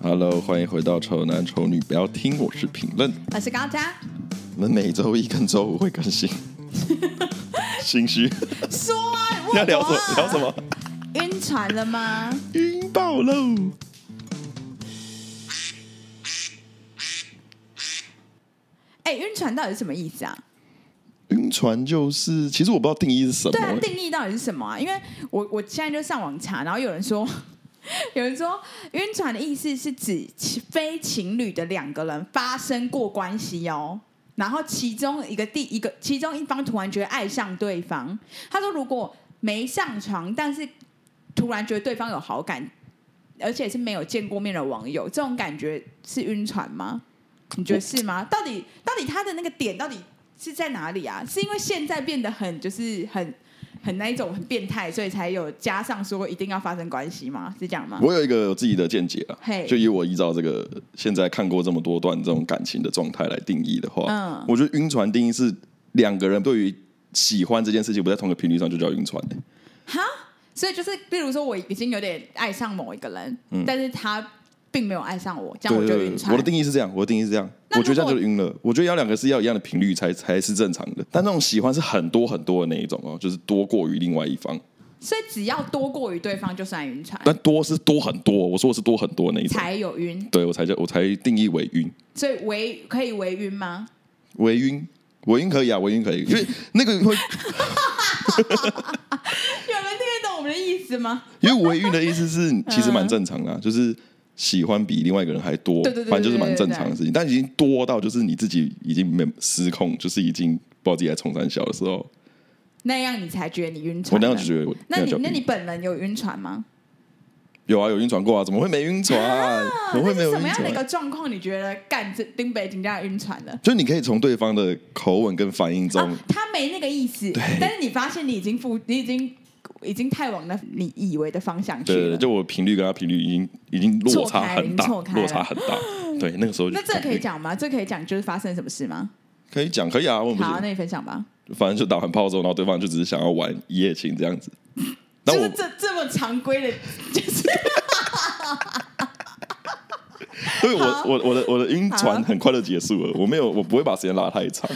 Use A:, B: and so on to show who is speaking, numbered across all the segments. A: Hello，欢迎回到《丑男丑女》，不要听我是评论。
B: 我是高嘉，
A: 我们每周一跟周五会更 新。心虚，
B: 说啊，你问
A: 要聊什
B: 我
A: 么？
B: 啊
A: 聊什么？
B: 晕船了吗？
A: 晕爆喽！
B: 哎、晕船到底是什么意思啊？
A: 晕船就是，其实我不知道定义是什
B: 对啊，
A: 么。
B: 定义到底是什么啊？因为我我现在就上网查，然后有人说， 有人说晕船的意思是指其非情侣的两个人发生过关系哦。然后其中一个第一个，其中一方突然觉得爱上对方。他说，如果没上床，但是突然觉得对方有好感，而且是没有见过面的网友，这种感觉是晕船吗？你觉得是吗？到底到底他的那个点到底是在哪里啊？是因为现在变得很就是很很那一种很变态，所以才有加上说一定要发生关系吗？是这样吗？
A: 我有一个我自己的见解啊
B: 嘿，
A: 就以我依照这个现在看过这么多段这种感情的状态来定义的话，
B: 嗯
A: 我觉得晕船定义是两个人对于喜欢这件事情不在同一个频率上，就叫晕船、欸。
B: 所以就是，比如说我已经有点爱上某一个人，
A: 嗯
B: 但是他并没有爱上我，这样我就晕船。
A: 我的定义是这样，我的定义是这样，我
B: 那如
A: 觉得
B: 果
A: 这样就晕了。我觉得要两个是要一样的频率才才是正常的，但那种喜欢是很多很多的那一种哦，就是多过于另外一方，
B: 所以只要多过于对方就算晕船，
A: 但多是多很多，我说我是多很多那一种，
B: 才有晕。
A: 对我才叫我才定义为晕，
B: 所以为可以为晕吗？
A: 为晕。为晕可以啊，为晕可以，因为那个会，
B: 有人听得懂我们的意思吗？
A: 因为为晕的意思是其实蛮正常的啊、就是喜欢比另外一个人还多，
B: 嗯对对对
A: 反正就是蛮
B: 对对对
A: 正常的事情，但已经多到就是你自己已经没失控，就是已经不知道自己在冲山小的时候，
B: 那样你才觉得你晕
A: 我
B: 船
A: 那
B: 的。
A: 样就觉得我
B: 那
A: 样
B: 你
A: 叫
B: 那
A: 晕
B: 你本人有晕船吗？
A: 有啊，有晕船过啊，怎么会没晕 船？怎么会没有
B: 啊什
A: 晕
B: 么样的一
A: 船？
B: 个状况你觉得干这丁北京这样晕船了？
A: 就你可以从对方的口吻跟反应中，
B: 啊，他没那个意思，但是你发现你已经付，你已经已经太往那你以为的方向去
A: 对，
B: 了。
A: 就我频率跟他频率已经已经落差很大，
B: 错开了
A: 落
B: 已经错开
A: 差
B: 了
A: 很大。对，那个时候就
B: 那这可以，讲吗？这可以讲，就是发生什么事吗？
A: 可以讲，可以啊，问不
B: 好，
A: 行。
B: 那你分享吧。
A: 反正就打完炮之后，然后对方就只是想要玩一夜情这样 子。那
B: 就
A: 我
B: 是这这么常规的， 就是
A: 对我
B: 好
A: 我我的我的晕船
B: 好
A: 很快就结束了，我没有我不会把时间拉太 长，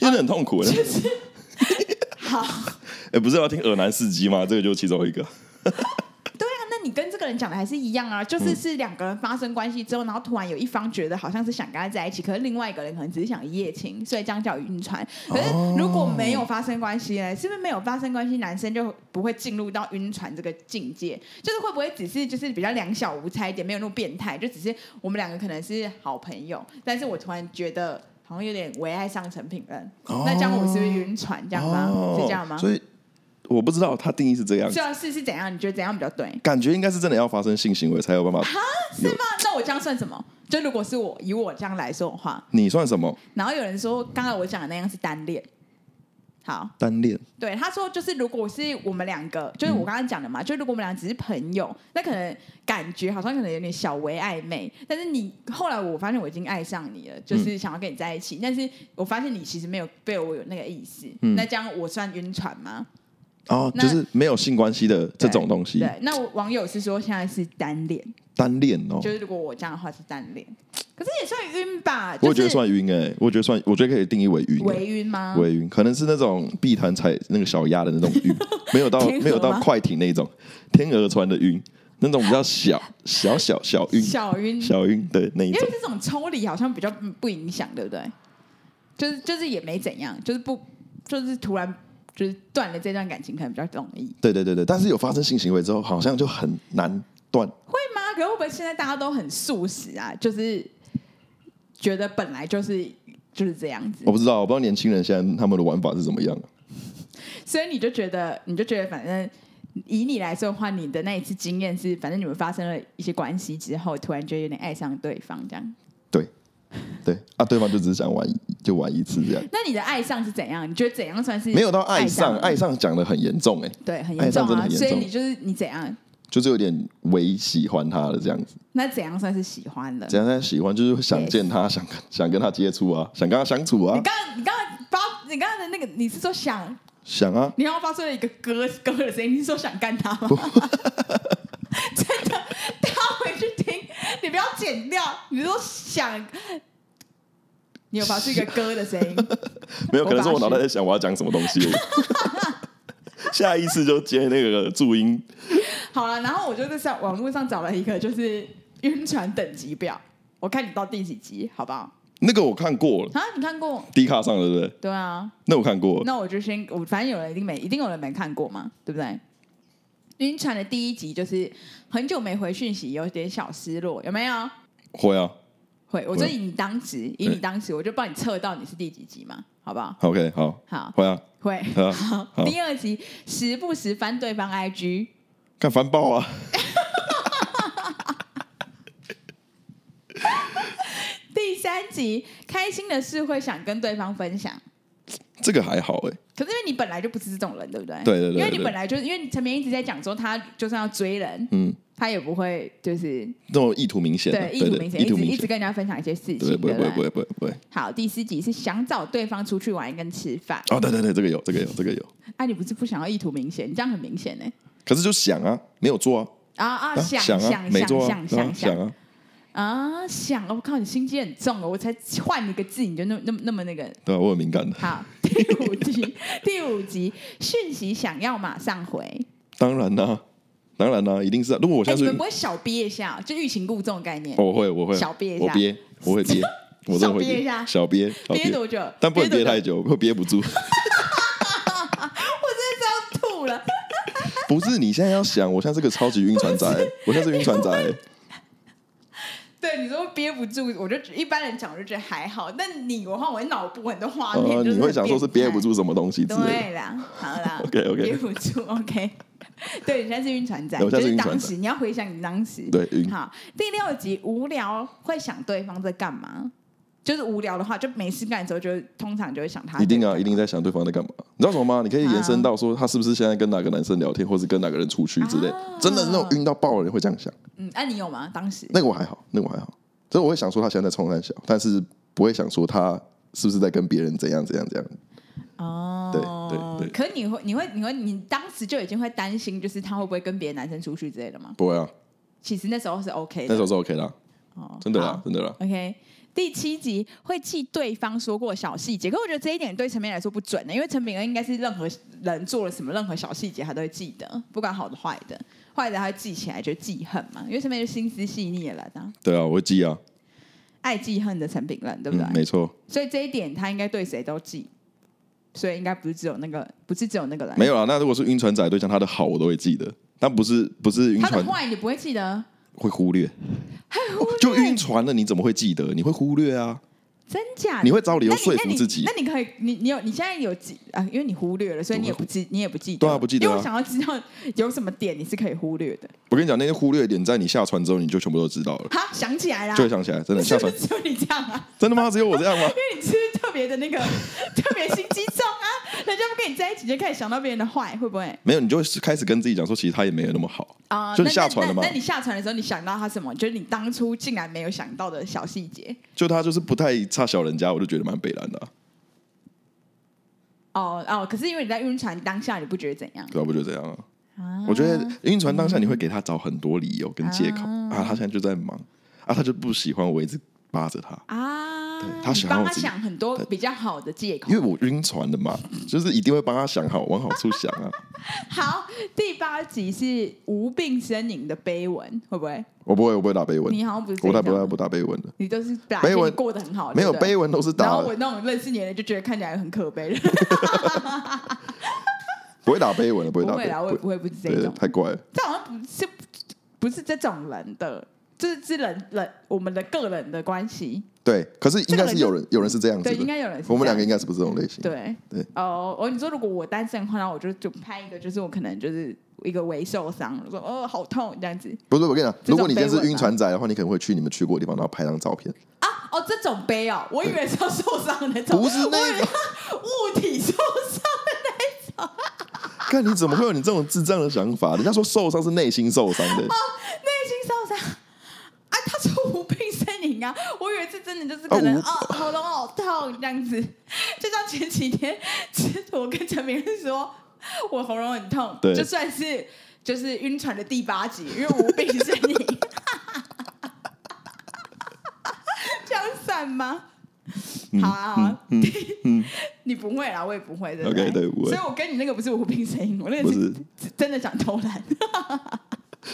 A: 因为很痛苦。哎、
B: 哦好。
A: 不是要听耳男司机吗？这个就是其中一个。
B: 对啊，那你跟这个人讲的还是一样啊，就是是两个人发生关系之后，然后突然有一方觉得好像是想跟他在一起，可是另外一个人可能只是想一夜情，所以这样叫晕船。可是如果没有发生关系呢？是不是没有发生关系，男生就不会进入到晕船这个境界？就是会不会只是就是比较两小无猜一点，没有那么变态，就只是我们两个可能是好朋友，但是我突然觉得好像有点为爱上成品人，那这样我是不是晕船？这样吗？
A: 哦
B: 是这样吗？
A: 所以我不知道他定义是这样子
B: 这，样是是怎样？你觉得怎样比较对？
A: 感觉应该是真的要发生性行为才有办 法
B: 是吗？那我这样算什么？就如果是我以我这样来说的话，
A: 你算什么？
B: 然后有人说刚才我讲的那样是单恋，好，
A: 单恋？
B: 对，他说就是如果是我们两个，就是我刚刚讲的嘛，就如果我们俩只是朋友，那可能感觉好像可能有点小微暧昧，但是你后来我发现我已经爱上你了，就是想要跟你在一起，但是我发现你其实没有对我有那个意思，
A: 嗯
B: 那这样我算晕船吗？
A: 哦，
B: 那
A: 就是没有性关系的这种东西，
B: 对，那我网友是说现在是单恋，
A: 单恋哦，
B: 就是如果我这样的话是单恋，可是也算晕吧，
A: 我
B: 就
A: 也觉得
B: 是。
A: 算晕哎、我觉得算，我觉得可以定义为晕、
B: 微晕吗？
A: 为晕，可能是那种碧潭踩那个小鸭的那种 晕，没有到
B: 天鹅吗
A: 没有到快艇那种天鹅船的晕，那种比较小小小小 晕，
B: 小晕，
A: 小晕对那一
B: 因为
A: 种，
B: 这种抽离好像比较不影响，对不对？就是就是也没怎样，就是不就是突然就是断了这段感情，可能比较容易，
A: 对对对对，但是有发生性行为之后，好像就很难断。
B: 会吗？可是会不会现在大家都很素食啊？就是觉得本来就是就是这样子
A: 我，不知道，我不知道年轻人现在他们的玩法是怎么样、啊
B: 所以你就觉得你就觉得反正。以你来说的话，你的那一次经验是，反正你们发生了一些关系之后，突然觉得有点爱上对方这样。
A: 对对啊，对方就只是想玩一就玩一次这样。
B: 那你的爱上是怎样？你觉得怎样算是
A: 没有到爱上，
B: 上？
A: 爱上讲的很严重哎、
B: 对，很
A: 爱
B: 严
A: 上
B: 重
A: 真的
B: 啊。
A: 很严
B: 所以
A: 重
B: 你就是你怎样？
A: 就是有点微喜欢他的这样子。
B: 那怎样算是喜欢了？
A: 怎样才喜欢？就是想
B: 嗯 Yes
A: 见他，想想跟他接触啊，想跟他相处
B: 你
A: 啊，
B: 刚刚你刚刚包你刚刚的那个，你是说想
A: 想啊。
B: 你刚刚发出了一个歌歌的声音，你是说 想干他吗？真的，大家回去听，你不要剪剪掉，你都想，你有发出一个歌的声音，
A: 没有，可能是
B: 我
A: 我
B: 把它
A: 脑袋在想我要讲什么东西。 下一次就接那个注音，
B: 好了，然后我就在上网络上找了一个就是晕船等级表，我看你到第几级，好不好？
A: 那个我看过了，
B: 啊，你看过？
A: D 卡上的对不对？
B: 对啊，
A: 那我看过了，
B: 那我就先，我反正有人一定没，一定有人没看过嘛，对不对？晕船的第一集就是很久没回讯息，有点小失落，有没有？
A: 会啊。
B: 会，我
A: 会
B: 就以你当时，以你当时，我就帮你测到你是第几集嘛，好不好？
A: OK，好，
B: 好，
A: 会啊，
B: 会。
A: 啊
B: 好，第二集时不时翻对方 IG，
A: 看翻爆啊！
B: 第三集开心的事会想跟对方分享。
A: 这个还好哎、
B: 可是因为你本来就不是这种人，对不对？
A: 对对对
B: 因为你
A: 对
B: 本来就，因为陈明一直在讲说，他就算要追人，
A: 嗯，
B: 他也不会就是
A: 那种意图明显啊，
B: 对
A: 对
B: 意图明
A: 对，
B: 显，
A: 意
B: 一
A: 图
B: 直
A: 明
B: 一直
A: 显，
B: 跟人家分享一些事情，
A: 对，不会
B: 对
A: 不会不会
B: 对
A: 不会不会。
B: 好，第四集是想找对方出去玩跟吃饭。
A: 哦，对对对，这个有，这个有，这个有。
B: 啊，你不是不想要意图明显？你这样很明显呢。
A: 可是就想啊，没有做啊，
B: 啊啊，
A: 啊
B: 想
A: 想啊，
B: 想
A: 没
B: 想
A: 做啊
B: 想，
A: 对啊
B: 想
A: 想啊，
B: 啊想！我靠，你心机很重哦！我才换一个字，你就那么那么那么那个。
A: 对啊，我很敏感的，
B: 好，第五集，第五集讯息想要马上回。
A: 当然啦、当然啦、一定是、啊。如果我哦
B: 哎，
A: 现在是，
B: 你们不会小憋一下，哦就欲擒故纵的概念。
A: 我会我会
B: 小憋一下
A: 我憋，我会 憋，我真的会
B: 小憋一下
A: 小憋小
B: 憋
A: 憋，
B: 多久？
A: 但不能憋
B: 多久
A: 太久，会憋不住。
B: 我真的是要吐了。
A: 不是，你现在要想，我现在是个超级晕船 仔，我现在是晕船仔，
B: 对，你说憋不住，我就一般人讲我就觉得还好，但你我话 我脑补很多画面，
A: 呃，
B: 就是
A: 你会想说是憋不
B: 很
A: 住什么东西之
B: 变
A: 类
B: 态。
A: 的。
B: 对啦，好啦
A: OK，OK
B: 憋不住，OK。对，你现在是晕船仔，
A: 我现在
B: 就是是
A: 晕船
B: 当
A: 仔
B: 时你要回想你当时。
A: 对，晕
B: 好，第六集无聊会想对方在干嘛，就是无聊的话就没事干的时候就通常就会想他。
A: 一定啊，一定在想对方在干嘛。你知道什么吗？你可以延伸到说，他是不是现在跟哪个男生聊天，或是跟哪个人出去之类的
B: 啊
A: 真的那种晕到爆的人会这样想。
B: 嗯，哎、你有吗？当时
A: 那个我还好，那个我还好，所以我会想说他现在在冲三小，但是不会想说他是不是在跟别人怎样怎样怎样。
B: 哦，
A: 对对对
B: 可你会，你会，你会，你当时就已经会担心，就是他会不会跟别的男生出去之类的吗？
A: 不会啊，
B: 其实那时候是 OK
A: 那
B: 的
A: 时，候是 OK 啦，
B: 哦
A: 真的
B: 哎
A: 啊
B: 好
A: 啦，真的啦。
B: OK，第七集会记对方说过的小细节，可我觉得这一点对陈明来说不准的，因为陈明恩应该是任何人做了什么任何小细节，他都会记得，不管好的坏的，坏的他会记起来就记恨嘛，因为陈明恩是心思细腻的人啊，
A: 对啊，我会记啊，
B: 爱记恨的陈炳仁，对不对？
A: 嗯，没错，
B: 所以这一点他应该对谁都记，所以应该不是只有那个，不是只有那个人，
A: 没有啊啦。那如果是晕船仔对象，他的好我都会记得，但不是不是晕
B: 他的
A: 船
B: 坏你不会记得，
A: 会忽略，就晕船了，你怎么会记得？你会忽略啊，
B: 真假的？
A: 你会找理由
B: 啊那你
A: 说服自己啊
B: 那。你那你可以，你你有你现在有记啊？因为你忽略了，所以你也不记，你也不记得。
A: 对啊不记得啊
B: 因为我想要知道有什么点你是可以忽略的。
A: 我跟你讲，那些忽略的点，在你下船之后，你就全部都知道了。
B: 哈，想起来啦，
A: 就会想起来，真的
B: 是
A: 下
B: 不
A: 船
B: 是只有你这样啊？
A: 真的吗？只有我这样吗？
B: 因为你是特别的那个，特别心机重啊，人家不跟你在一起就开始想到别人的坏，会不会
A: 没有，你就会开始跟自己讲说，其实他也没有那么好。
B: 啊？
A: 所以
B: 那
A: 你下船了吗
B: 那那那你下船的时候，你想到他什么？就是你当初竟然没有想到的小细节
A: 就他就是不太差小人家，我就觉得蛮北蓝的、啊，
B: 哦哦。可是因为你在晕船当下，你不觉得怎样
A: 对啊，不就这样啊？
B: 啊？
A: 我觉得晕船当下你会给他找很多理由跟借口
B: 啊
A: 啊他现在就在忙啊，他就不喜欢我一直扒着他，
B: 啊
A: 对，他
B: 你
A: 想要
B: 帮
A: 我
B: 他
A: 自己
B: 想很多比较好的借口
A: 因。为我晕船的嘛，就是一定会帮他想好，往好处想 啊。
B: 好，第八集是无病呻吟的碑文，会不会？
A: 我不会，我不会打碑文，
B: 你好像不是这
A: 我
B: 种
A: 打不打不打碑文的，
B: 你都是哦把
A: 碑文
B: 自己过得很好，
A: 没有
B: 对不对
A: 碑。文都是
B: 然
A: 打
B: 后我那种认识你的人就觉得看起来很可悲，
A: 不会打碑 文的，不会
B: 不
A: 打
B: 会
A: 碑
B: 啦，我也
A: 文，
B: 不会不是这
A: 对对，
B: 种，
A: 太怪了。
B: 这好像不是不是这种人的，这是人人我们的个人的关系，
A: 对，可是应该
B: 这个人
A: 是
B: 就
A: 有人有人嗯是这样子
B: 对，应
A: 的，
B: 该有人是
A: 我们
B: 这
A: 两
B: 样
A: 个应该是不是这种类型？
B: 对
A: 对
B: 哦哦，你说如果我单身的话，那我就就拍一个，就是我可能就是一个微受伤，我说哦好痛这样子
A: 不是，我跟你讲，
B: 这
A: 如
B: 种
A: 果你今天
B: 绯闻
A: 是
B: 吗
A: 晕船仔的话，你可能会去你们去过的地方，然后拍张照片。
B: 啊哦这种悲哦，我以为是要受伤的那种，
A: 不是那个
B: 我以为是物体受伤。
A: 看你怎么会有你这种智障的想法？人家说受伤是内心受伤 的，
B: 内心受伤啊，他说无病呻吟啊，我以为是真的，就是
A: 啊
B: 可能
A: 无
B: 哦喉咙好痛这样子， 就像前几天， 其实我跟陈明恩说我喉咙很痛，
A: 对
B: 就算是 就是晕船的第八集，因为无病呻吟。饭吗？
A: 嗯
B: 好啊，好啊， 你不会啦，我也不会，对不对
A: OK，对不会
B: 所以我跟你那个不是无病呻吟，我那
A: 不
B: 个
A: 是
B: 是真的想偷懒，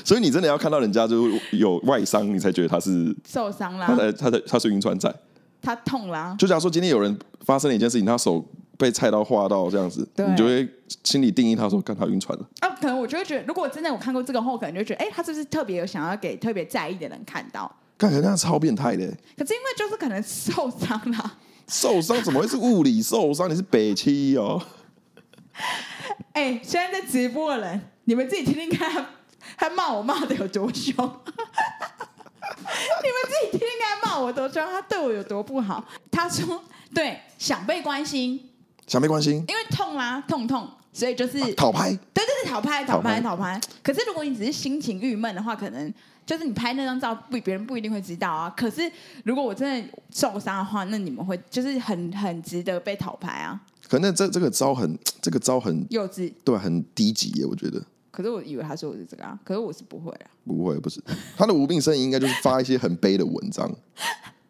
A: 所以你真的要看到人家就是有外伤，你才觉得他是
B: 受伤啦
A: 他，在他在他是晕船仔。
B: 他痛啦，
A: 就假如说今天有人发生了一件事情，他手被菜刀划到这样子，
B: 对
A: 你就会心里定义他说，干他晕船了。
B: 啊，可能我就会觉得，如果真的我看过这个后，可能就觉得，哎、他是不是特别有想要给特别在意的人看到？
A: 干，可那超变态的，欸
B: 可是因为就是可能受伤啦，
A: 受伤怎么会是物理受伤？你是北七哦，
B: 哎、现在在直播的人，你们自己听听看他，他骂我骂的有多凶，你们自己听听看，他骂我多凶，他对我有多不好。他说，对，想被关心，
A: 想被关心，
B: 因为痛啦、痛痛，所以就是
A: 讨拍，
B: 对对对，讨拍
A: 讨
B: 讨
A: 拍
B: 拍讨拍。可是如果你只是心情郁闷的话，可能就是你拍那张照不别人不一定会知道啊。可是如果我真的受伤的话，那你们会就是很很值得被讨拍啊，
A: 可能这这个招很这个招很
B: 幼稚。
A: 对吧，很低级耶，我觉得。
B: 可是我以为他说我是这个啊，可是我是不会啊。
A: 不会，不是他的无病呻吟，应该就是发一些很悲的文章，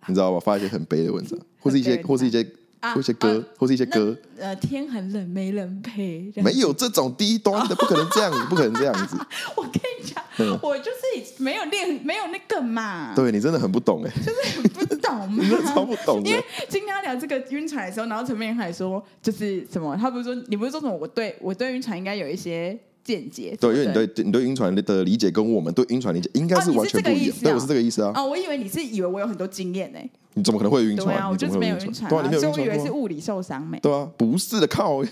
A: 你知道吧？发一些很悲的文章， 或是一些，
B: 很悲的文章
A: 或是一些，
B: 啊
A: 或是一些歌，或是一些歌，
B: 那呃，天很冷，没人陪。这样
A: 没有这种低端的，不可能这样，不可能这样 子。
B: 我跟你讲，我就是没有练，没有那个嘛，
A: 对你真的很不 懂哎，
B: 就是不懂嘛
A: 你真的超不懂
B: 因
A: 的
B: 为。今天他聊这个晕船的时候，然后陈明还说，就是什么，他不是说你不是说什么，我对我对晕船应该有一些见解，
A: 对，
B: 不
A: 因为你对你对晕船的理解跟我们对晕船理解应该
B: 哦你
A: 完
B: 是
A: 全
B: 这
A: 不
B: 个
A: 一
B: 意
A: 样。
B: 思
A: 对，
B: 啊
A: 我是这个意思啊。
B: 哦，我以为你是以为我有很多经验呢、
A: 你怎么可能会晕
B: 对啊，
A: 船？
B: 我
A: 你怎
B: 就
A: 么
B: 是
A: 会
B: 没有
A: 有
B: 晕
A: 船？
B: 船、
A: 对啊，你没有
B: 所以
A: 晕
B: 我以
A: 船
B: 为是
A: 过吗。
B: 物理受伤没，
A: 对啊，不是的，靠腰。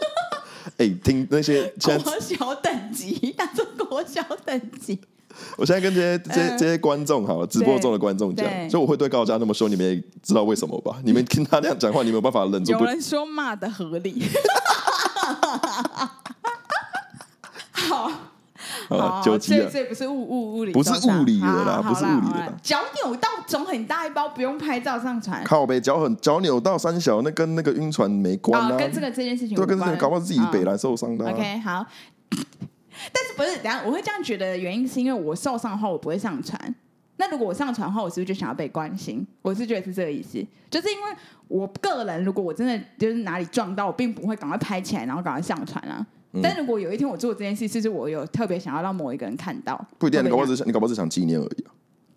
A: 哎，听那些现在
B: 国小等级，那是国小等级，
A: 我现在跟这些这些
B: 嗯
A: 这些观众好了，直播中的观众讲，
B: 对嗯
A: 所以我会对高家那么凶，你们也知道为什么吧？你们听他那样讲话，你没有办法忍住
B: 有
A: 不？
B: 人说骂的合理。好，
A: 好
B: 好
A: 了，啊九级
B: 所以
A: 了，
B: 哦这不是物物物理
A: 不
B: 受
A: 是
B: 伤，
A: 物理的啦
B: 好好
A: 不是物理的
B: 好
A: 啦
B: 脚扭到肿很大一包，不用拍照上传。
A: 靠北脚很脚扭到三小，那跟那个晕船没关
B: 啊
A: 啊，，
B: 跟这个这件事情
A: 对，跟这个
B: 个
A: 搞不好自己北兰受伤的啊。
B: OK，好。 但是不是？等一下我会这样觉得，原因是因为我受伤的话，我不会上传。那如果我上传的话，我是不是就想要被关心？我是觉得是这个意思，就是因为我个人，如果我真的就是哪里撞到，我并不会赶快拍起来，然后赶快上传啊。
A: 嗯
B: 但如果有一天我做这件事，就是我有特别想要让某一个人看到，
A: 不一定啊，你
B: 特
A: 搞不
B: 别
A: 好
B: 想
A: 只是你搞不好只想纪念而已啊。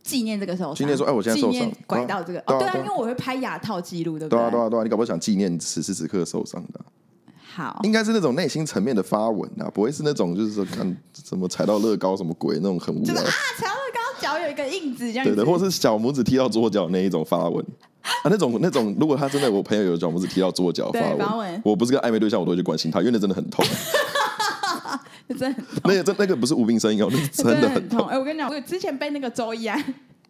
B: 纪念这个受伤，
A: 纪念说哎我现在
B: 纪
A: 受伤
B: 念拐到这个，
A: 对啊
B: 哦，对啊，
A: 对啊
B: 因为我会拍牙套记录，对哦不
A: 对啊，对啊，对啊，你搞不好想纪念此时此刻受伤的啊，
B: 好，
A: 应该是那种内心层面的发文啊，不会是那种就是说看什么踩到乐高什么鬼那种很无
B: 就是
A: 聊
B: 啊，才会刚刚脚有一个印子这样
A: 对
B: 子，
A: 的，或是小拇指踢到桌角那一种发文啊，那种那种，如果他真的我朋友有小拇指踢到桌角发
B: 对
A: 文，
B: 发文
A: 我不是跟暧昧对象，我都会去关心他，因为那真的很 痛，
B: 是 真的很
A: 那个真那个不是无病呻吟，哦，那是真的很
B: 很痛。哎、我跟你讲，我之前被那个周一安，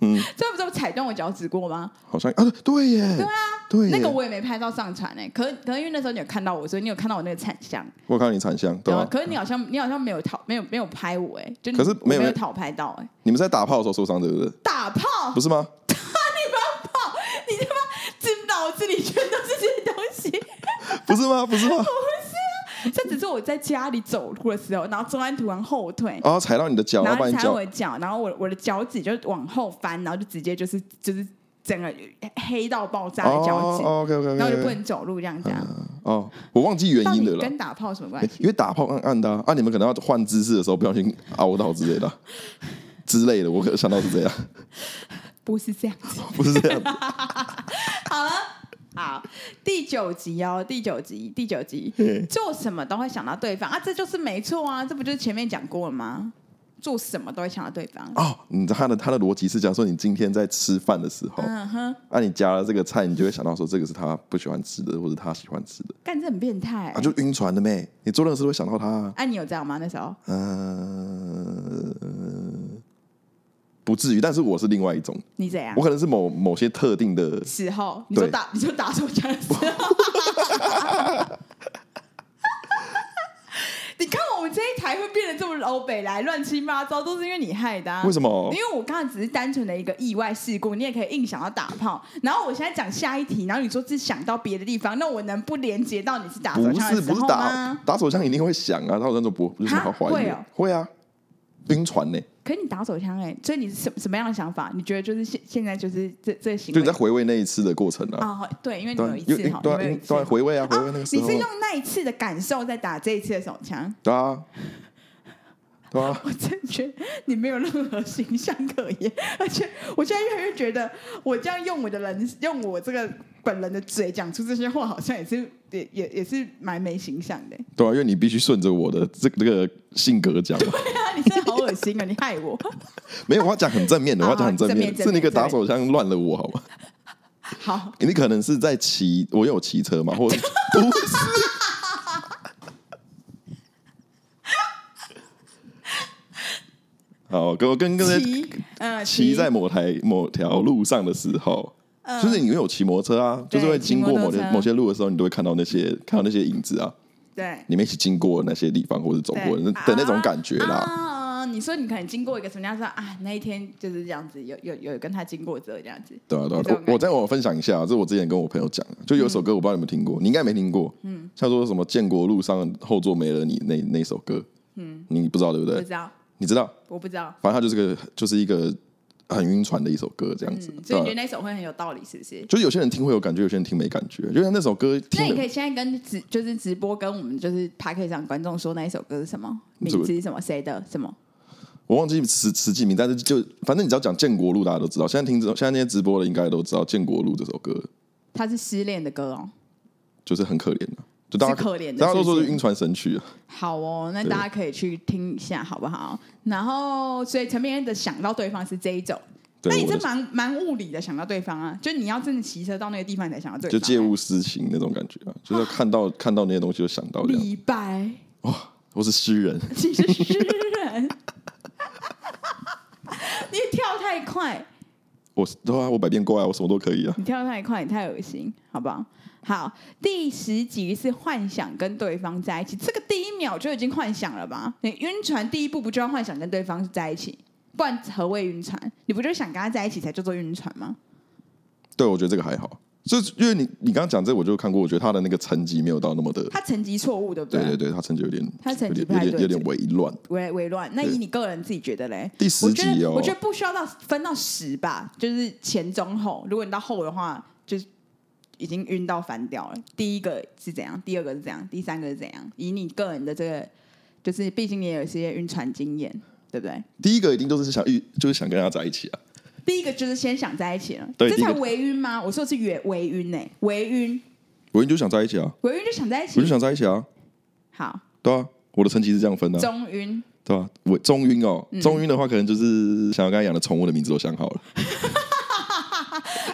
B: 嗯，这不是我踩断我脚趾过吗？
A: 好像啊，对耶，对啊，对耶，
B: 那个我也没拍照上传哎、可可能因为那时候你有看到我，所以你有看到我那个惨相，
A: 我有看到你惨相，对
B: 然
A: 吧、
B: 后可是你好像你好像没有讨没有没有拍我哎、就你
A: 可是
B: 我没
A: 没有
B: 有讨拍到哎、
A: 你们是在打炮的时候受伤对不对？
B: 打炮
A: 不是 吗？
B: 你他妈知不知道我这里全都是这些东西？
A: 不是吗？不是吗？
B: 这只是我在家里走路的时候，然后周安突然后退。
A: 然后哦踩到你的脚，然
B: 然
A: 后把
B: 后
A: 你
B: 踩
A: 脚
B: 我的脚，然后我我的脚趾就往后翻，然后就直接就是就是整个黑到爆炸的脚趾，
A: 哦，OK OK OK，
B: 然后就不能走路这样这样。
A: 哦，我忘记原
B: 到
A: 因
B: 底
A: 的了啦。
B: 跟打炮有什么关
A: 欸
B: 系？
A: 因为打炮暗暗的啊，啊你们可能要换姿势的时候不小心凹到之类的啊之类的，我可能想到是这样，
B: 不是这样子。
A: 不是这样。
B: 好了，好，第九集哦，第九集，第九集，做什么都会想到对方啊，这就是没错啊，这不就是前面讲过了吗？做什么都会想到对方。
A: 哦，你知道他的他的逻辑是讲说，你今天在吃饭的时候，
B: 嗯哼，
A: 啊，你夹了这个菜，你就会想到说，这个是他不喜欢吃的，或者他喜欢吃的，
B: 干这很变态、
A: 啊，就晕船的妹，你做任何事都会想到他、啊，
B: 啊，你有这样吗？那时候
A: 嗯、不至于，但是我是另外一种，
B: 你怎样
A: 我？可能是某某些特定的，
B: 时候你说
A: 对
B: 打你说打手枪的时候， 你看我们这一台会变得这么老北来乱七八糟，都是因为你害的、啊。
A: 为什么
B: 因？为我刚才只是单纯的一个意外事故，你也可以硬想要打炮。然后我现在讲下一题，然后你说是想到别的地方，那我能不连接到你是打手
A: 不
B: 枪
A: 是
B: 的时
A: 不是
B: 候
A: 打
B: 吗？
A: 打手枪一定会想啊，打手枪怎么不有什么好怀疑
B: 会
A: 的
B: 哦？
A: 会啊，晕船呢、
B: 可是你打手枪哎、所以你是什什么样的想法？你觉得就是现现在就是这这行
A: 就
B: 为
A: 你在回味那一次的过程啊，
B: 啊、好对，因为你
A: 对啊
B: 有一次
A: 因为
B: 哈，
A: 对啊
B: 你有一
A: 因
B: 次
A: 对啊，回味啊，回味
B: 啊
A: 那个时
B: 你
A: 候
B: 是用
A: 啊，
B: 那一次的感受在打这一次的手枪，
A: 对啊，对啊，
B: 我真觉得你没有任何形象可言，而且我现在越来越觉得，我这样用我的人，用我这个本人的嘴讲出这些话，好像也是也也也是蛮没形象的。
A: 对啊，因为你必须顺着我的这这个性格讲嘛，
B: 对 啊，你真的好恶心啊！你害我。
A: 没有，我要讲很正面的，我要讲很正面
B: 啊好好正面
A: 的，
B: 正
A: 是那
B: 面
A: 个打手枪乱了我好吗？
B: 好，
A: 你可能是在骑，我有骑车嘛，或者不是？ 好，跟我跟各位
B: 骑，嗯，
A: 骑在某台某条路上的时候，
B: 嗯
A: 就是你有骑摩托车啊，就
B: 对
A: 是会经过
B: 骑摩
A: 某
B: 托车
A: 些某些路的时候，你都会看到那些看到那些影子啊，
B: 对
A: 你们一起经过那些地方或者走过的
B: 对
A: 那的那种感觉啦。
B: 啊，你说你可能经过一个什么样子啊？那一天就是这样子，有有有跟他经过之后这样子，
A: 对啊，对啊
B: 这种
A: 对啊
B: 感，觉嗯
A: 我我再我分享一下，这是我之前跟我朋友讲的，就有一首歌我不知道你们听过，你应该没听过，嗯，叫做什么《建国路上后座没了你》那那首歌，嗯，你不知道对不
B: 不
A: 对？
B: 知道，
A: 你知道，
B: 我不知道。
A: 反正它就是个就是一个很晕船的一首歌，这样子，
B: 嗯，所
A: 对啊
B: 以你觉得那首会很有道理，是不是？
A: 就是有些人听会有感觉，有些人听没感觉，就像那首歌
B: 那
A: 听
B: 你可
A: 了
B: 以现在跟直就是直播跟我们就是 p a r k 上观众说那一首歌是什么
A: 什么
B: 名字是什么谁的什么
A: 我忘记实实际名，但是就反正你只要讲建国路，大家都知道。现在听现在那些直播的应该都知道建国路这首歌
B: 他是失恋的歌哦，
A: 就是很可怜的、就大家
B: 是可怜的
A: 大家都
B: 是不
A: 说
B: 是
A: 是晕船神曲啊，
B: 好哦，那
A: 对
B: 大家可以去听一下好不好？然后所以陈明恩的想到对方是这一种，
A: 对
B: 那你
A: 我
B: 是
A: 的
B: 蛮蛮物理的想到对方啊，就你要真的骑车到那个地方你才想到对
A: 就
B: 方，啊
A: 借物思情那种感觉啊，就是看到、 看到那些东西就想到这样。
B: 李白，
A: 我是诗人，
B: 你是诗人， 你跳太快。
A: 我是对啊，我百变怪啊，我什么都可以啊。
B: 你跳得太快，你太恶心，好不好？好，第十集是幻想跟对方在一起，这个第一秒就已经幻想了吧？你晕船第一步不就要幻想跟对方在一起？不然何谓晕船？你不就想跟他在一起才叫做晕船吗？
A: 对，我觉得这个还好，就是因为你你刚刚讲这，我就看过，我觉得他的那个层级没有到那么的，
B: 他层级错误，对不
A: 对对对，他层级有点，
B: 他层级
A: 有
B: 不太
A: 点有点
B: 对
A: 有点微乱。
B: 微微乱。那
A: 对
B: 以你个人自己觉得嘞？
A: 第十集
B: 我觉得
A: 哦
B: 我觉得不需要到分到十吧，就是前中后。如果你到后的话，就是已经晕到翻掉了。第一个是怎样？第二个是怎样？第三个是怎样？以你个人的这个，就是毕竟你也有一些晕船经验，对不对？
A: 第一个一定都是想遇，就是想跟他在一起啊。
B: 第一个就是先想在一起了，
A: 对
B: 这
A: 第一
B: 才
A: 个
B: 微晕吗？我说的是原微晕呢、微晕，
A: 我就想在一起啊，
B: 微晕就想在一
A: 我
B: 起
A: 就，想在一起啊，
B: 好，
A: 对啊，我的层级是这样分的啊、
B: 中嗯晕，
A: 对吧、我中晕哦，中晕的话可能就是想要跟他养的宠物的名字都想好了，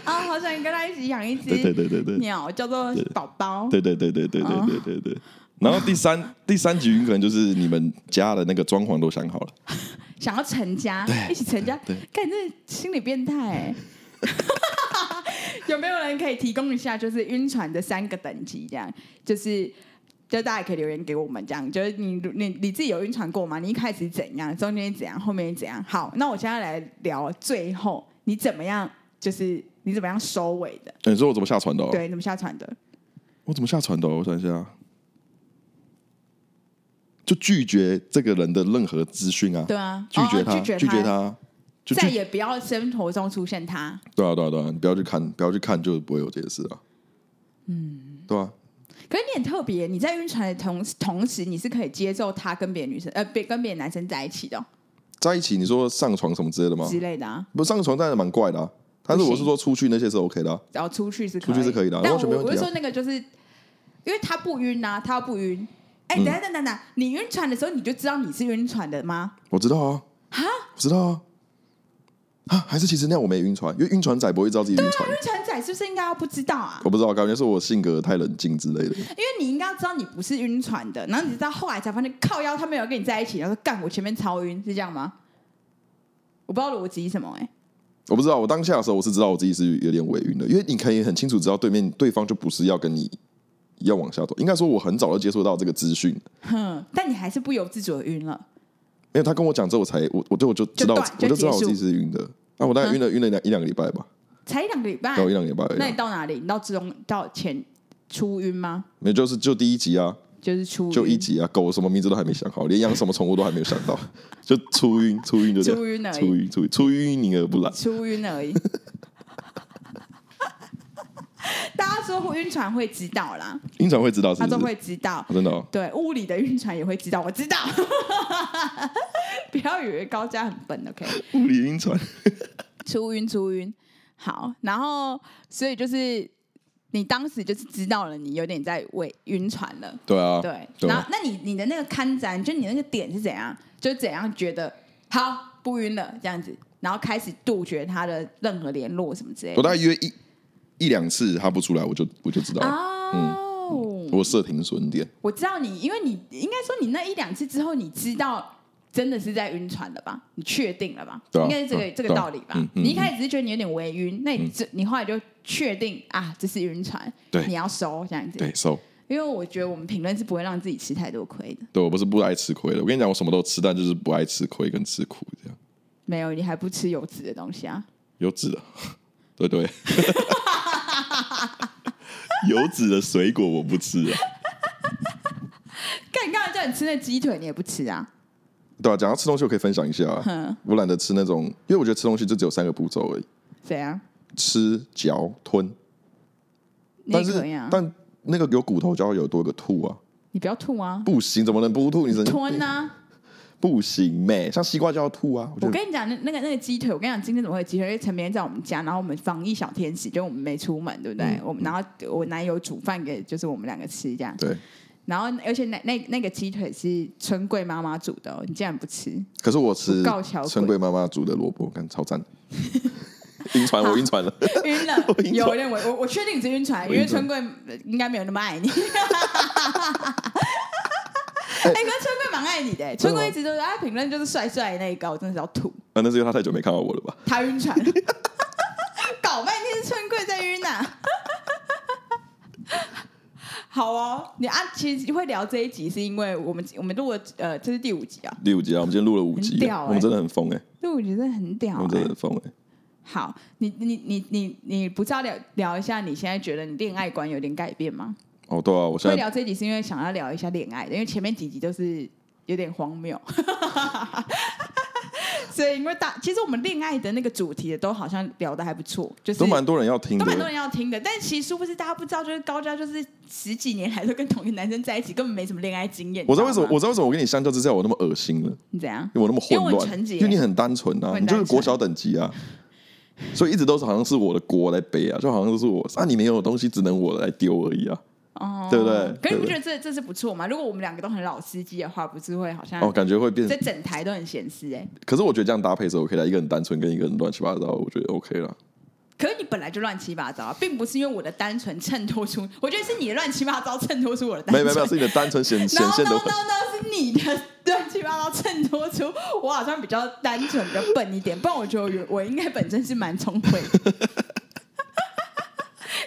B: 啊、好想跟他一起养一
A: 对对
B: 只
A: 对对对，
B: 鸟，叫做宝宝，
A: 对对对对对
B: 哦
A: 对对对对。然后第三第三集晕可能就是你们家的那个装潢都想好了，
B: 想要成家，一起成家
A: 对，
B: 看这心理变态、欸。 有没有人可以提供一下，就是晕船的三个等级？这样，就是就大家也可以留言给我们，这样就是你你你自己有晕船过吗？你一开始怎样，中间怎样，后面怎样？好，那我现在来聊最后你怎么样，就是你怎么样收尾的？
A: 欸你说我怎么下船的、哦？
B: 对，你怎么下船的？
A: 我怎么下船的哦、我想一下，就拒绝这个人的任何资讯啊，
B: 对啊，
A: 拒绝
B: 哦
A: 他，
B: 拒绝
A: 拒绝，他，就
B: 再
A: 拒
B: 也不要生活中出现他。
A: 对啊对啊对啊，你不要去看，不要去看，就不会有这些事啊。嗯，对啊，
B: 可是你很特别，你在晕船的同同时，你是可以接受他跟别的女生，呃，别跟别的男生在一起的哦、
A: 在一起你说上床什么之类的吗？
B: 之类的啊。
A: 不上床当然蛮怪的、啊，但是我
B: 不
A: 是
B: 行
A: 说出去那些是 OK 的、啊。
B: 然后出去是
A: 出去是可以的啊
B: 但
A: 完全没
B: 我
A: 问题啊
B: 我是说那个就是，因为他不晕啊，他不晕。哎、
A: 嗯
B: 等一下等一下等一下，你晕船的时候你就知道你是晕船的吗？
A: 我知道啊，我知道啊，啊，还是其实那样我没晕船，因为晕船仔不会知道自己晕船
B: 晕，船仔是不是应该要不知道啊？
A: 我不知道，感觉是我性格太冷静之类的。
B: 因为你应该要知道你不是晕船的，然后你知道后来才发现靠腰他没有跟你在一起，然后说干我前面超晕，是这样吗？我不知道逻辑是什么哎、
A: 我不知道，我当下的时候我是知道我自己是有点尾晕的，因为你可以很清楚知道对面对方就不是要跟你要往下走，应该说我很早就接触到这个资讯，
B: 哼，但你还是不由自主的晕了。
A: 因为他跟我讲之后，我才我我就我就知道
B: 就
A: 我
B: 断
A: 我就知道
B: 就
A: 我
B: 结束
A: 自己是晕的。那、我大概晕了、晕了两一两个礼拜吧，
B: 才一两个礼拜，
A: 对，我一两个礼拜而已
B: 啊那
A: 啊
B: 你。到哪里？你到中到前初晕吗？
A: 没有就是就第一集啊，
B: 就是出晕，
A: 就一集啊，狗什么名字都还没想好，连养什么宠物都还没有想到， 就出晕，出晕就这样，
B: 出晕而已
A: 出晕，出晕，出淤泥而不染。
B: 出晕 而已。大家说会晕船会知道啦，
A: 晕船会知道是
B: 他
A: 不
B: 都
A: 是？
B: 会知道
A: 啊。真的、哦，
B: 对，屋里的晕船也会知道，我知道。 不要以为高家很笨，OK？
A: 物理晕船，
B: 出晕，出晕。好，然后所以就是你当时就是知道了，你有点在为晕船了。
A: 对啊，
B: 对，
A: 对
B: 然
A: 啊
B: 后那你你的那个看展，就你那个点是怎样？就怎样觉得好不晕了这样子，然后开始杜绝他的任何联络什么之类
A: 我
B: 的。
A: 大概约一一两次，他不出来，我就我就知道
B: 啊
A: 了。
B: 哦，
A: 我设停损点，
B: 我知道你，因为你应该说你那一两次之后，你知道真的是在晕船了吧？你确定了吧？
A: 对啊
B: 应该是这个、
A: 嗯
B: 这个
A: 对啊
B: 道理吧？
A: 嗯嗯
B: 你一开始只是觉得你有点微晕，那你这、你后来就确定啊，这是晕船，
A: 对
B: 你要收这样子。
A: 对，收、
B: 因为我觉得我们评论是不会让自己吃太多亏的。
A: 对我不是不爱吃亏的，我跟你讲，我什么都吃，但就是不爱吃亏跟吃苦这样，
B: 没有，你还不吃有脂的东西啊？
A: 有籽的， 对 对，有籽的水果我不吃啊。
B: 干，你刚才叫你吃那鸡腿，你也不吃啊？
A: 对啊，讲到吃东西，我可以分享一下、啊。
B: 哼，
A: 我懒得吃那种，因为我觉得吃东西就只有三个步骤而已：
B: 怎样？
A: 吃、嚼、吞。
B: 你也
A: 但是
B: 可以啊，
A: 但那个有骨头就要有多一个吐啊，
B: 你不要吐啊，
A: 不行，怎么能不吐？你神经
B: 吞
A: 病
B: 啊！
A: 不行咩？像西瓜就要吐啊！我觉
B: 我
A: 得
B: 跟你讲，那那个那个鸡腿，我跟你讲，今天怎么会有鸡腿？因为陈明在我们家，然后我们防疫小天使，就我们没出门，对不对？
A: 嗯
B: 我们然后我男友煮饭给，就是我们两个吃这样。
A: 对，
B: 然后而且那那那个鸡腿是春桂妈妈煮的、哦，你竟然不吃？
A: 可是我吃
B: 不告小鬼
A: 春桂妈妈煮的萝卜，看超赞。 晕船，我晕船了。
B: 晕了，有认为我我确定你是晕船，因为春桂应该没有那么爱你。 哎、可是春桂蛮爱你的、春桂一直都是他评论就是帅帅的那一个，我真的是要吐，
A: 啊，那是因为他太久没看到我了吧？
B: 他晕 船，搞半天是春桂在晕呐、啊。好哦，你啊，其实会聊这一集是因为我们我们录了呃，这是第五集啊，
A: 第五集啊，我们今天录了五
B: 很
A: 集
B: 屌
A: 啊，
B: 欸
A: 我们真的很疯哎，
B: 第五集真的很屌、欸啊
A: 我们真的很疯哎。
B: 好，你你你你你不知道聊聊一下，你现在觉得你恋爱观有点改变吗？
A: 哦，对啊，我现在
B: 会聊这一集是因为想要聊一下恋爱的，因为前面几集都是有点荒谬， 所以因为大其实我们恋爱的那个主题的都好像聊的还不错，就是
A: 都蛮多人要听
B: 都
A: 的
B: 蛮，多人要听的，但其实殊不知大家不知道，就是高嘉就是十几年来都跟同一个男生在一起，根本没什么恋爱经验。
A: 我知道
B: 你
A: 为什么，
B: 吗
A: 我知道为什么我跟你相较之下我那么恶心了，
B: 你怎样？
A: 因为我那么
B: 因为
A: 混
B: 我很纯
A: 乱，
B: 洁
A: 因为你很单纯
B: 我
A: 啊，
B: 很
A: 你就是
B: 单纯
A: 国小等级啊，所以一直都是好像是我的锅来背啊，就好像都是我啊，你没有的东西只能我来丢而已啊，
B: 哦
A: 对不对
B: 可是你
A: 对不
B: 不
A: 对
B: 觉得这这是不错吗？如果我们两个都很老司机的话，不是会好像
A: 哦，感觉会变
B: 这。整台都很闲适哎？
A: 可是我觉得这样搭配是 OK 的，一个很单纯跟一个很乱七八糟，我觉得 OK 了。
B: 可是你本来就乱七八糟、啊，并不是因为我的单纯衬托出，我觉得是你的乱七八糟衬托出 我的单
A: 没有
B: 纯。
A: 没有没有，是你的单纯显
B: no
A: 显
B: no
A: 现的
B: no no，是你的乱七八糟衬托出我好像比较单纯、比较笨一点，不然我觉得我有我应该本身是蛮聪慧的。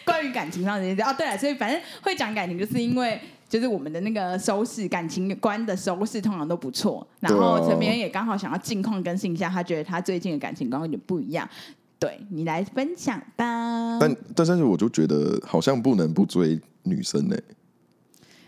B: 关于感情上的这些哦，对了，所以反正会讲感情，就是因为就是我们的那个收视感情观的收视通常都不错，然后
A: 对啊
B: 陈明也刚好想要近况更新一下，他觉得他最近的感情观有点不一样。对你来分享吧。
A: 但但但是我就觉得好像不能不追女生呢、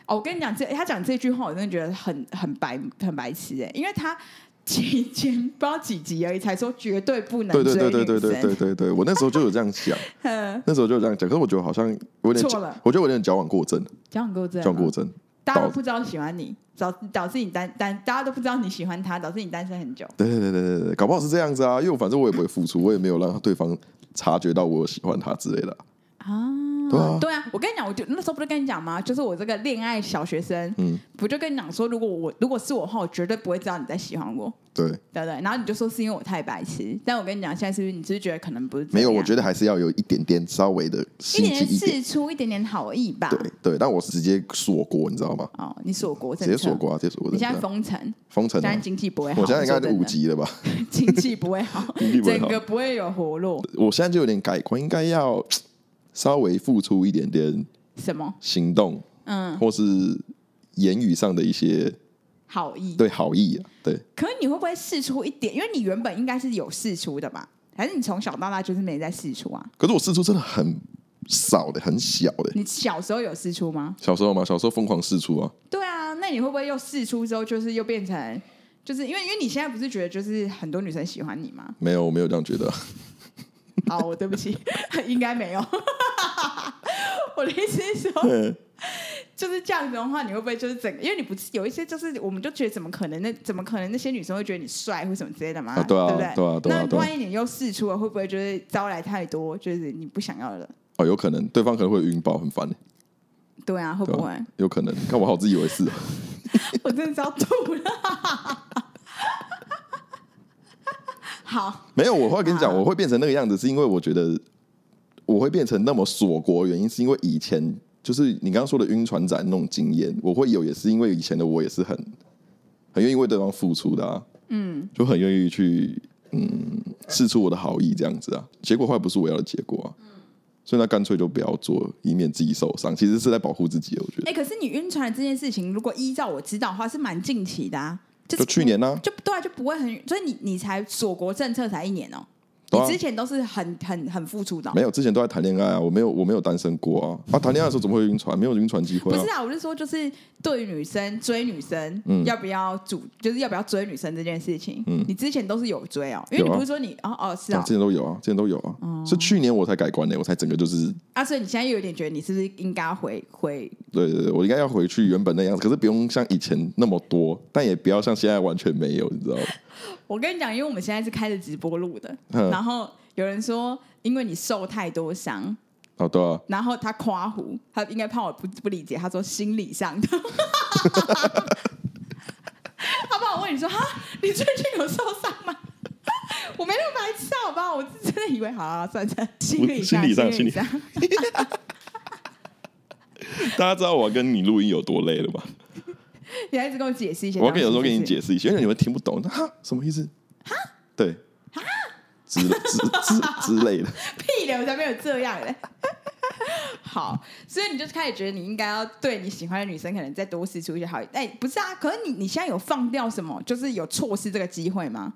B: 哦，我跟你讲，这他讲这句话，我真的觉得很很白很白痴哎，因为他前 前不知道几集而已，才说绝对不能
A: 对
B: 追
A: 对
B: 女生。
A: 对对对对对对对，我那时候就有这样想，
B: 嗯，
A: 那时候就有这样讲，可是我觉得好像我有点
B: 错
A: 矫
B: 了啊
A: 我觉得我有点矫枉过正，
B: 交往过这
A: 矫枉过正。
B: 大家都不知道喜欢你，导导致你单单，大家都不知道你喜欢他，导致你单身很久。
A: 对对对对对对，搞不好是这样子啊，因为我反正我也不会付出，我也没有让对方察觉到我有喜欢他之类的啊。
B: 啊，
A: 对啊
B: 对啊，我跟你讲，我就那时候不是跟你讲吗？就是我这个恋爱小学生，
A: 嗯，
B: 不就跟你讲说，如果我如果是我的话，我绝对不会知道你在喜欢我，
A: 对，
B: 对不对？然后你就说是因为我太白痴，但我跟你讲，现在是不是你是不是觉得可能不是这
A: 没有，
B: 样
A: 我觉得还是要有一点点稍微的
B: 一
A: 心
B: 点
A: 机
B: 点
A: 一点。
B: 试出一点点好意吧。
A: 对对，但我是直接锁国，你知道吗？
B: 哦，你锁国
A: 直
B: 政策，
A: 接锁国啊，直接锁国
B: 你
A: 政策
B: 现
A: 啊。
B: 在封城，
A: 封城
B: 现
A: 啊，
B: 在经济不会好，
A: 我现在应该
B: 说
A: 是
B: 真的
A: 五，级 了吧？
B: 经济不会好，
A: 经济不会
B: 整
A: 好
B: 个不会有活路。
A: 我现在就有点改观，应该要稍微付出一点点
B: 什么？
A: 行动，
B: 嗯，
A: 或是言语上的一些
B: 好意。
A: 对好意啊，对。
B: 可是你会不会试出一点？因为你原本应该是有试出的嘛，还是你从小到大就是没在试出啊？
A: 可是我试出真的很少的，很小的。
B: 你小时候有试出吗？
A: 小时候嘛，小时候疯狂试出啊，
B: 对啊，那你会不会又试出之后，就是又变成，就是因为因为你现在不是觉得就是很多女生喜欢你吗？
A: 没有，我没有这样觉得。
B: 好，哦我对不起， 应该没有。 我的意思是说，
A: 嗯
B: 就是这样子的话，你会不会就是整个？因为你不是有一些就是，我们就觉得怎么可能那怎么可能那些女生会觉得你帅或什么之类的嘛？
A: 啊对啊
B: 对不对？
A: 对啊对啊
B: 那
A: 对啊
B: 万一你又试出了，会不会就是招来太多就是你不想要的？
A: 哦，有可能对方可能会晕爆，很烦，
B: 对啊，会
A: 对
B: 不
A: 吧、
B: 会？
A: 有可能，看我好自以为是哦，
B: 我真的是要吐了。 好，
A: 没有，我会跟你讲，
B: 啊
A: 我会变成那个样子，是因为我觉得我会变成那么锁国，原因是因为以前就是你刚刚说的晕船仔那种经验，我会有，也是因为以前的我也是很很愿意为对方付出的啊，嗯，就很愿意去嗯试出我的好意这样子啊，结果后来不是我要的结果啊，所以那干脆就不要做，以免自己受伤，其实是在保护自己，我觉得，
B: 哎、可是你晕船的这件事情，如果依照我知道的话，是蛮近期的啊，就
A: 就是去年呢、
B: 就对啊，就不会很，所以你你才锁国政策才一年哦、
A: 对啊
B: 你之前都是很很很付出的哦、
A: 没有，之前都在谈恋爱啊，我没有，我没有单身过啊。啊，谈恋爱的时候怎么会晕船？没有晕船机会
B: 不
A: 啊
B: 是。啊，我是说，就是对于女生追女生，
A: 嗯
B: 要不要主，就是要不要追女生这件事情，
A: 嗯
B: 你之前都是有追哦、因为
A: 有啊
B: 你不是说你哦哦是
A: 啊
B: 啊哦
A: 之，前都有啊，之前都有啊。是去年我才改观的、我才整个就是，
B: 啊，所以你现在又有点觉得你是不是应该回回
A: 对对对，我应该要回去原本那样子，可是不用像以前那么多，但也不要像现在完全没有，你知道吗？
B: 我跟你讲，因为我们现在是开着直播录的，
A: 嗯
B: 然后有人说，因为你受太多伤，
A: 哦，对啊，
B: 然后他夸胡，他应该怕我不不理解，他说心理上 的。他怕我问你说哈，你最近有受伤吗？ 我没那么白痴，好不好？我是真的以为，好啊，算了算了，心理
A: 心
B: 上，
A: 理上
B: 心理上，
A: 大家知道我跟你录音有多累了 吧？
B: 你还一直跟我解释一些
A: 我
B: 东
A: 要
B: 西，
A: 跟有时候跟你
B: 是不是
A: 解释一下，因为你们听不懂，那哈什么意思？哈，对，之类之之之类的，
B: 屁的，我才没有这样嘞。 好，所以你就开始觉得你应该要对你喜欢的女生，可能再多试出一些好。哎、不是啊，可是你你现在有放掉什么，就是有错失这个机会吗？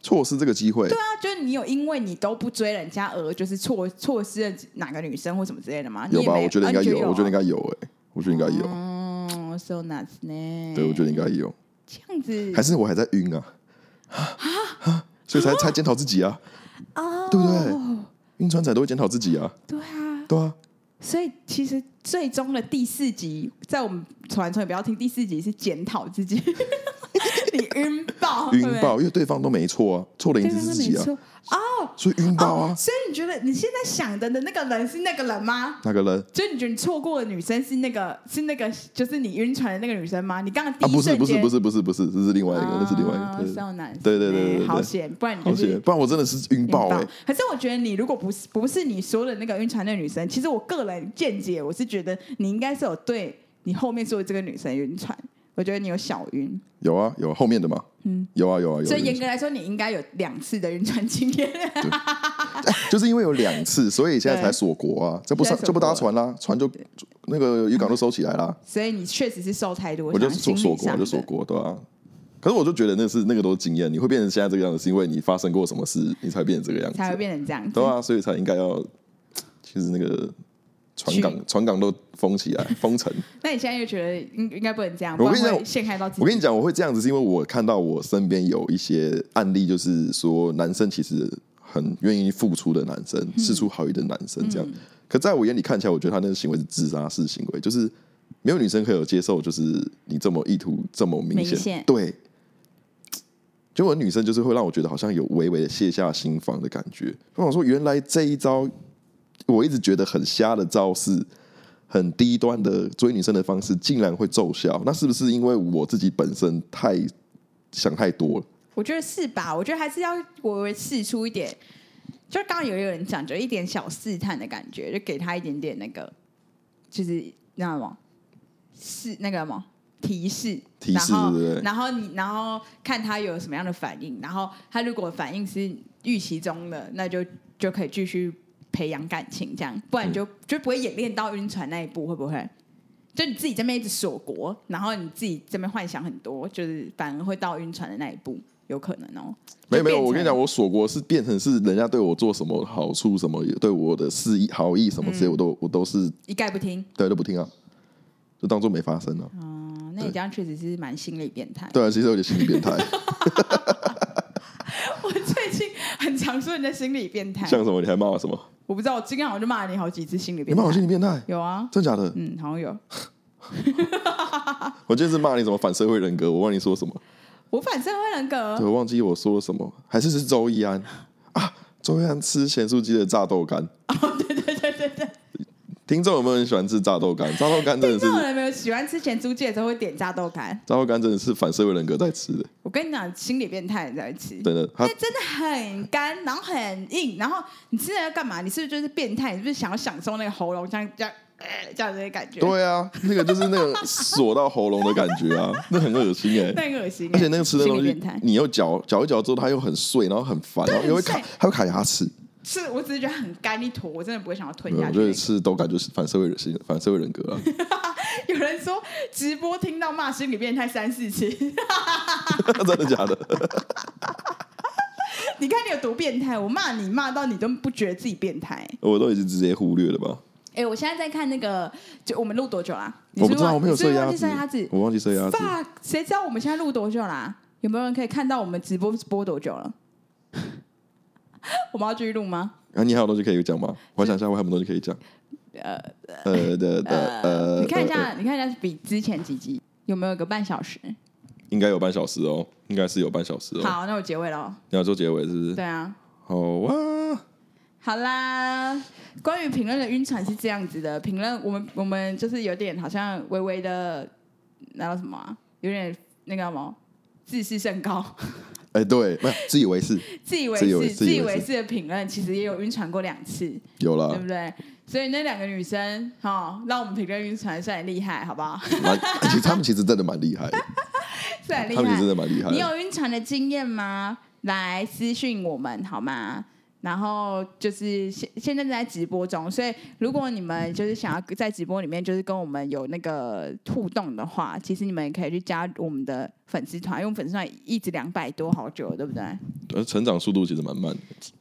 A: 错失这个机会。
B: 对啊，就是你有因为你都不追人家而就是错错失了哪个女生或什么之类的吗？
A: 有吧？
B: 你也没
A: 我觉得应该
B: 啊你
A: 有，
B: 有啊，
A: 我觉得应该有，哎，我觉得应该有，
B: 嗯，so nuts 呢？
A: 对，我觉得应该有。
B: 这样子
A: 还是我还在晕啊，所以才才检讨自己啊，
B: 哦，
A: 对不对？晕船仔都会检讨自己啊，
B: 对啊，
A: 对啊，
B: 所以其实最终的第四集，在我们传传也不要听，第四集是检讨 自己，你晕爆，
A: 晕
B: 对哦不对
A: 爆，因为对方都没错啊，错的一
B: 对
A: 定是
B: 方
A: 自
B: 都
A: 己
B: 没
A: 啊，
B: 错。哦
A: 所以晕爆啊，
B: 所以你觉得你现在想的的那个人是那个人吗？
A: 哪个人？
B: 所以你觉得你错过的女生是那个是那个就是你晕船的那个女生吗？你刚刚第
A: 啊，
B: 一
A: 不是
B: 瞬
A: 不是
B: 间
A: 不是不是不是，这是另外一个，那是另外
B: 啊
A: 一个，对
B: 少男哎
A: 对对对对对
B: 好险，不然你
A: 好
B: 就是
A: 险，不然我真的是晕
B: 晕
A: 爆哎，
B: 可是我觉得你如果不是不是你说的那个晕船的女生，其实我个人见解，我是觉得你应该是有对你后面说的这个女生晕船。我觉得你有小晕，
A: 有啊有啊后面的嘛，嗯，有啊有啊有啊，
B: 所以
A: 有
B: 严格来说，你应该有两次的晕船经验。
A: 哎就是因为有两次，所以现在才锁国啊，这不上
B: 现在锁国
A: 就不搭船啦，船就那个渔港都收起来啦，
B: 所以你确实是受太多
A: 我
B: 伤，
A: 就
B: 心
A: 锁锁
B: 理
A: 国，
B: 上
A: 我就锁
B: 的
A: 国，对啊？可是我就觉得那是那个都是经验，你会变成现在这个样子，是因为你发生过什么事，你才变成这个样
B: 才会
A: 子，
B: 变成这样子。
A: 对啊，所以才应该要，其实那个船港船港都封起来，封城。
B: 那你现在又觉得应应该不能这样，不
A: 我跟你
B: 然
A: 讲
B: 会陷害到自己。
A: 我跟你讲，我会这样子，是因为我看到我身边有一些案例，就是说男生其实很愿意付出的男生，
B: 嗯
A: 事出好意的男生这样。可在我眼里看起来，我觉得他那个行为是自杀式行为，就是没有女生可以接受，就是你这么意图这么明
B: 明
A: 显，
B: 显
A: 对。就我女生就是会让我觉得好像有微微的卸下心防的感觉。我想说，原来这一招我一直觉得很瞎的招式，很低端的追女生的方式，竟然会奏效，那是不是因为我自己本身太想太多了？
B: 我觉得是吧？我觉得还是要微微试出一点，就是刚刚有一个人讲，就一点小试探的感觉，就给他一点点那个，就是那什么，是那个什么提示，
A: 提示
B: 然
A: 对
B: 后
A: 不对
B: 然后你然后看他有什么样的反应，然后他如果反应是预期中的，那就就可以继续培养感情，这样，不然你就、就不会演练到晕船那一步，会不会？就你自己这边一直锁国，然后你自己这边幻想很多，就是反而会到晕船的那一步，有可能哦。
A: 没有没有，
B: 就变成
A: 我跟你讲，我锁国是变成是人家对我做什么好处，什么对我的示意好
B: 嗯
A: 意什么之类，我都我都是
B: 一概不听，
A: 对都不听啊，就当做没发生啊。
B: 嗯哦，那你这样确实是蛮心理变 态。
A: 对啊，其实有点心理变态，
B: 我最近很常说人家心理变态，
A: 像什么你还骂我什么？
B: 我不知道，我今天好像就骂了你好几次心理
A: 你
B: 变态
A: 骂我。心理变态？
B: 有啊，
A: 真假的？
B: 嗯，好像有。
A: 我今天是骂你什么反社会人格？我忘你说什么？
B: 我反社会人
A: 对，
B: 格，
A: 我忘记我说了什么，还是是周易 安啊？周易安吃咸酥鸡的炸豆干。哦，对对对对对。听众有没有人喜欢吃炸豆干？炸豆干真的
B: 听
A: 是
B: 众有没有喜欢吃前租界的时候会点炸豆干？
A: 炸豆干，真的是反社会人格在吃的，
B: 我跟你讲，心理变态人才会吃，
A: 真的。他
B: 那真的很干，然后很硬，然后你吃了要干嘛？你是不是就是变态？你是不是想要享受那个喉咙这样这样、呃、这样的感觉？，
A: 对啊，那个就是那种锁到喉咙的感觉 啊，那很恶心哎、
B: 那很恶心欸、
A: 而且那个吃的
B: 心
A: 东
B: 理
A: 西
B: 变态，
A: 你又嚼嚼一嚼之后，它又很碎，然后很烦，
B: 对
A: 然后又会卡
B: 很，
A: 还会卡牙齿。
B: 是我只是觉得很干一坨，我真的不会想要吞
A: 没有
B: 下
A: 我
B: 去
A: 觉
B: 那
A: 得
B: 个。
A: 吃都感觉是反社会人性、反社会人格啊了。
B: 有人说直播听到骂心理变态三四 次，
A: 真的假的？
B: 你看你有多变态！我骂你骂到你都不觉得自己变态。
A: 我都已经直接忽略了吧？
B: 哎、我现在在看那个，就我们录多久啊啦？
A: 我不知道，我没有
B: 设
A: 设鸭
B: 设鸭
A: 子
B: 子，。
A: 我忘记设鸭子。
B: fuck，谁知道我们现在录多久啦？有没有人可以看到我们直播播多久了？ 我们要继续录吗？
A: 啊，你还有东西可以讲吗？我想一下，我还有什么东西可以讲？呃呃的的呃，
B: 你看一
A: 呃，呃
B: 下，你看一下比之前几集有没有个半小时？
A: 应该有半小时哦，应该是有半小时哦。
B: 好，那我结尾喽。
A: 你要做结尾是不是？
B: 对啊，
A: 好啊，
B: 好啦，关于评论的晕船是这样子的，评论我们我们就是有点好像微微的那叫什么、啊，有点那个什么自视甚高。
A: 哎，对，没有自以为是，
B: 自以为
A: 自以为
B: 是、
A: 自以为是
B: 自以为是的评论，其实也有晕船过两次，
A: 有
B: 对
A: 了
B: 不，对？所以那两个女生，哈、让我们评论晕船算很厉害，好不好？
A: 蛮，其实 他们其实真的蛮厉害的，
B: 算很厉
A: 他们其实真的
B: 害。
A: 蛮厉害的。
B: 你有晕船的经验吗？来私讯我们好吗？然后就是现现在正在直播中，所以如果你们就是想要在直播里面就是跟我们有那个互动的话，其实你们也可以去加我们的粉丝团，因为我们粉丝团一直两百多，好久了，对不对？
A: 呃，成长速度其实蛮慢的。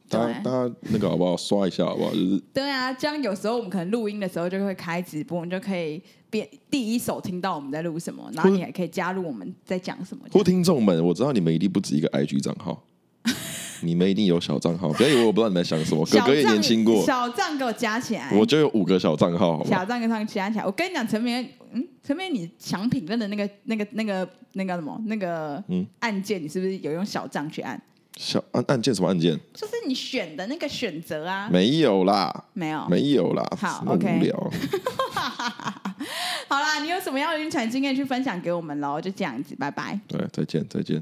A: 大家
B: 对
A: 大家那个好不好？刷一下好不好？就是
B: 对啊，这样有时候我们可能录音的时候就会开直播，你就可以边第一手听到我们在录什么，然后你也可以加入我们在讲什么。
A: 或听众们，我知道你们一定不止一个 IG 账 号，你们一定有小账号，不要以为我不知道你们在想什么。哥
B: 小
A: 哥也
B: 账
A: 年轻过，
B: 小账给我加起来，
A: 我就有五个小账号，好吧？
B: 小账跟上加起来。我跟你讲，陈明，嗯，陈明，你想评论的那个、那个、那个、那个什么、那个
A: 嗯
B: 按键，你是不是有用小账去按？
A: 小啊按按键什么按键？
B: 就是你选的那个选择啊，
A: 没有啦，
B: 没有。
A: 没有啦，
B: 好
A: 那么
B: OK
A: 无聊。
B: 好啦，你有什么样的晕船经验去分享给我们喽？就这样子，拜拜。
A: 对，再见，再见。